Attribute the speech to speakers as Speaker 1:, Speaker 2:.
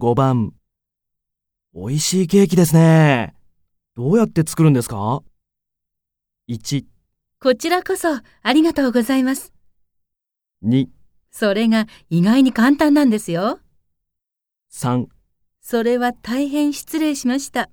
Speaker 1: 5番。美味しいケーキですね。どうやって作るんですか ?1、
Speaker 2: こちらこそありがとうございます。
Speaker 1: 2、
Speaker 2: それが意外に簡単なんですよ。
Speaker 1: 3。
Speaker 2: それは大変失礼しました。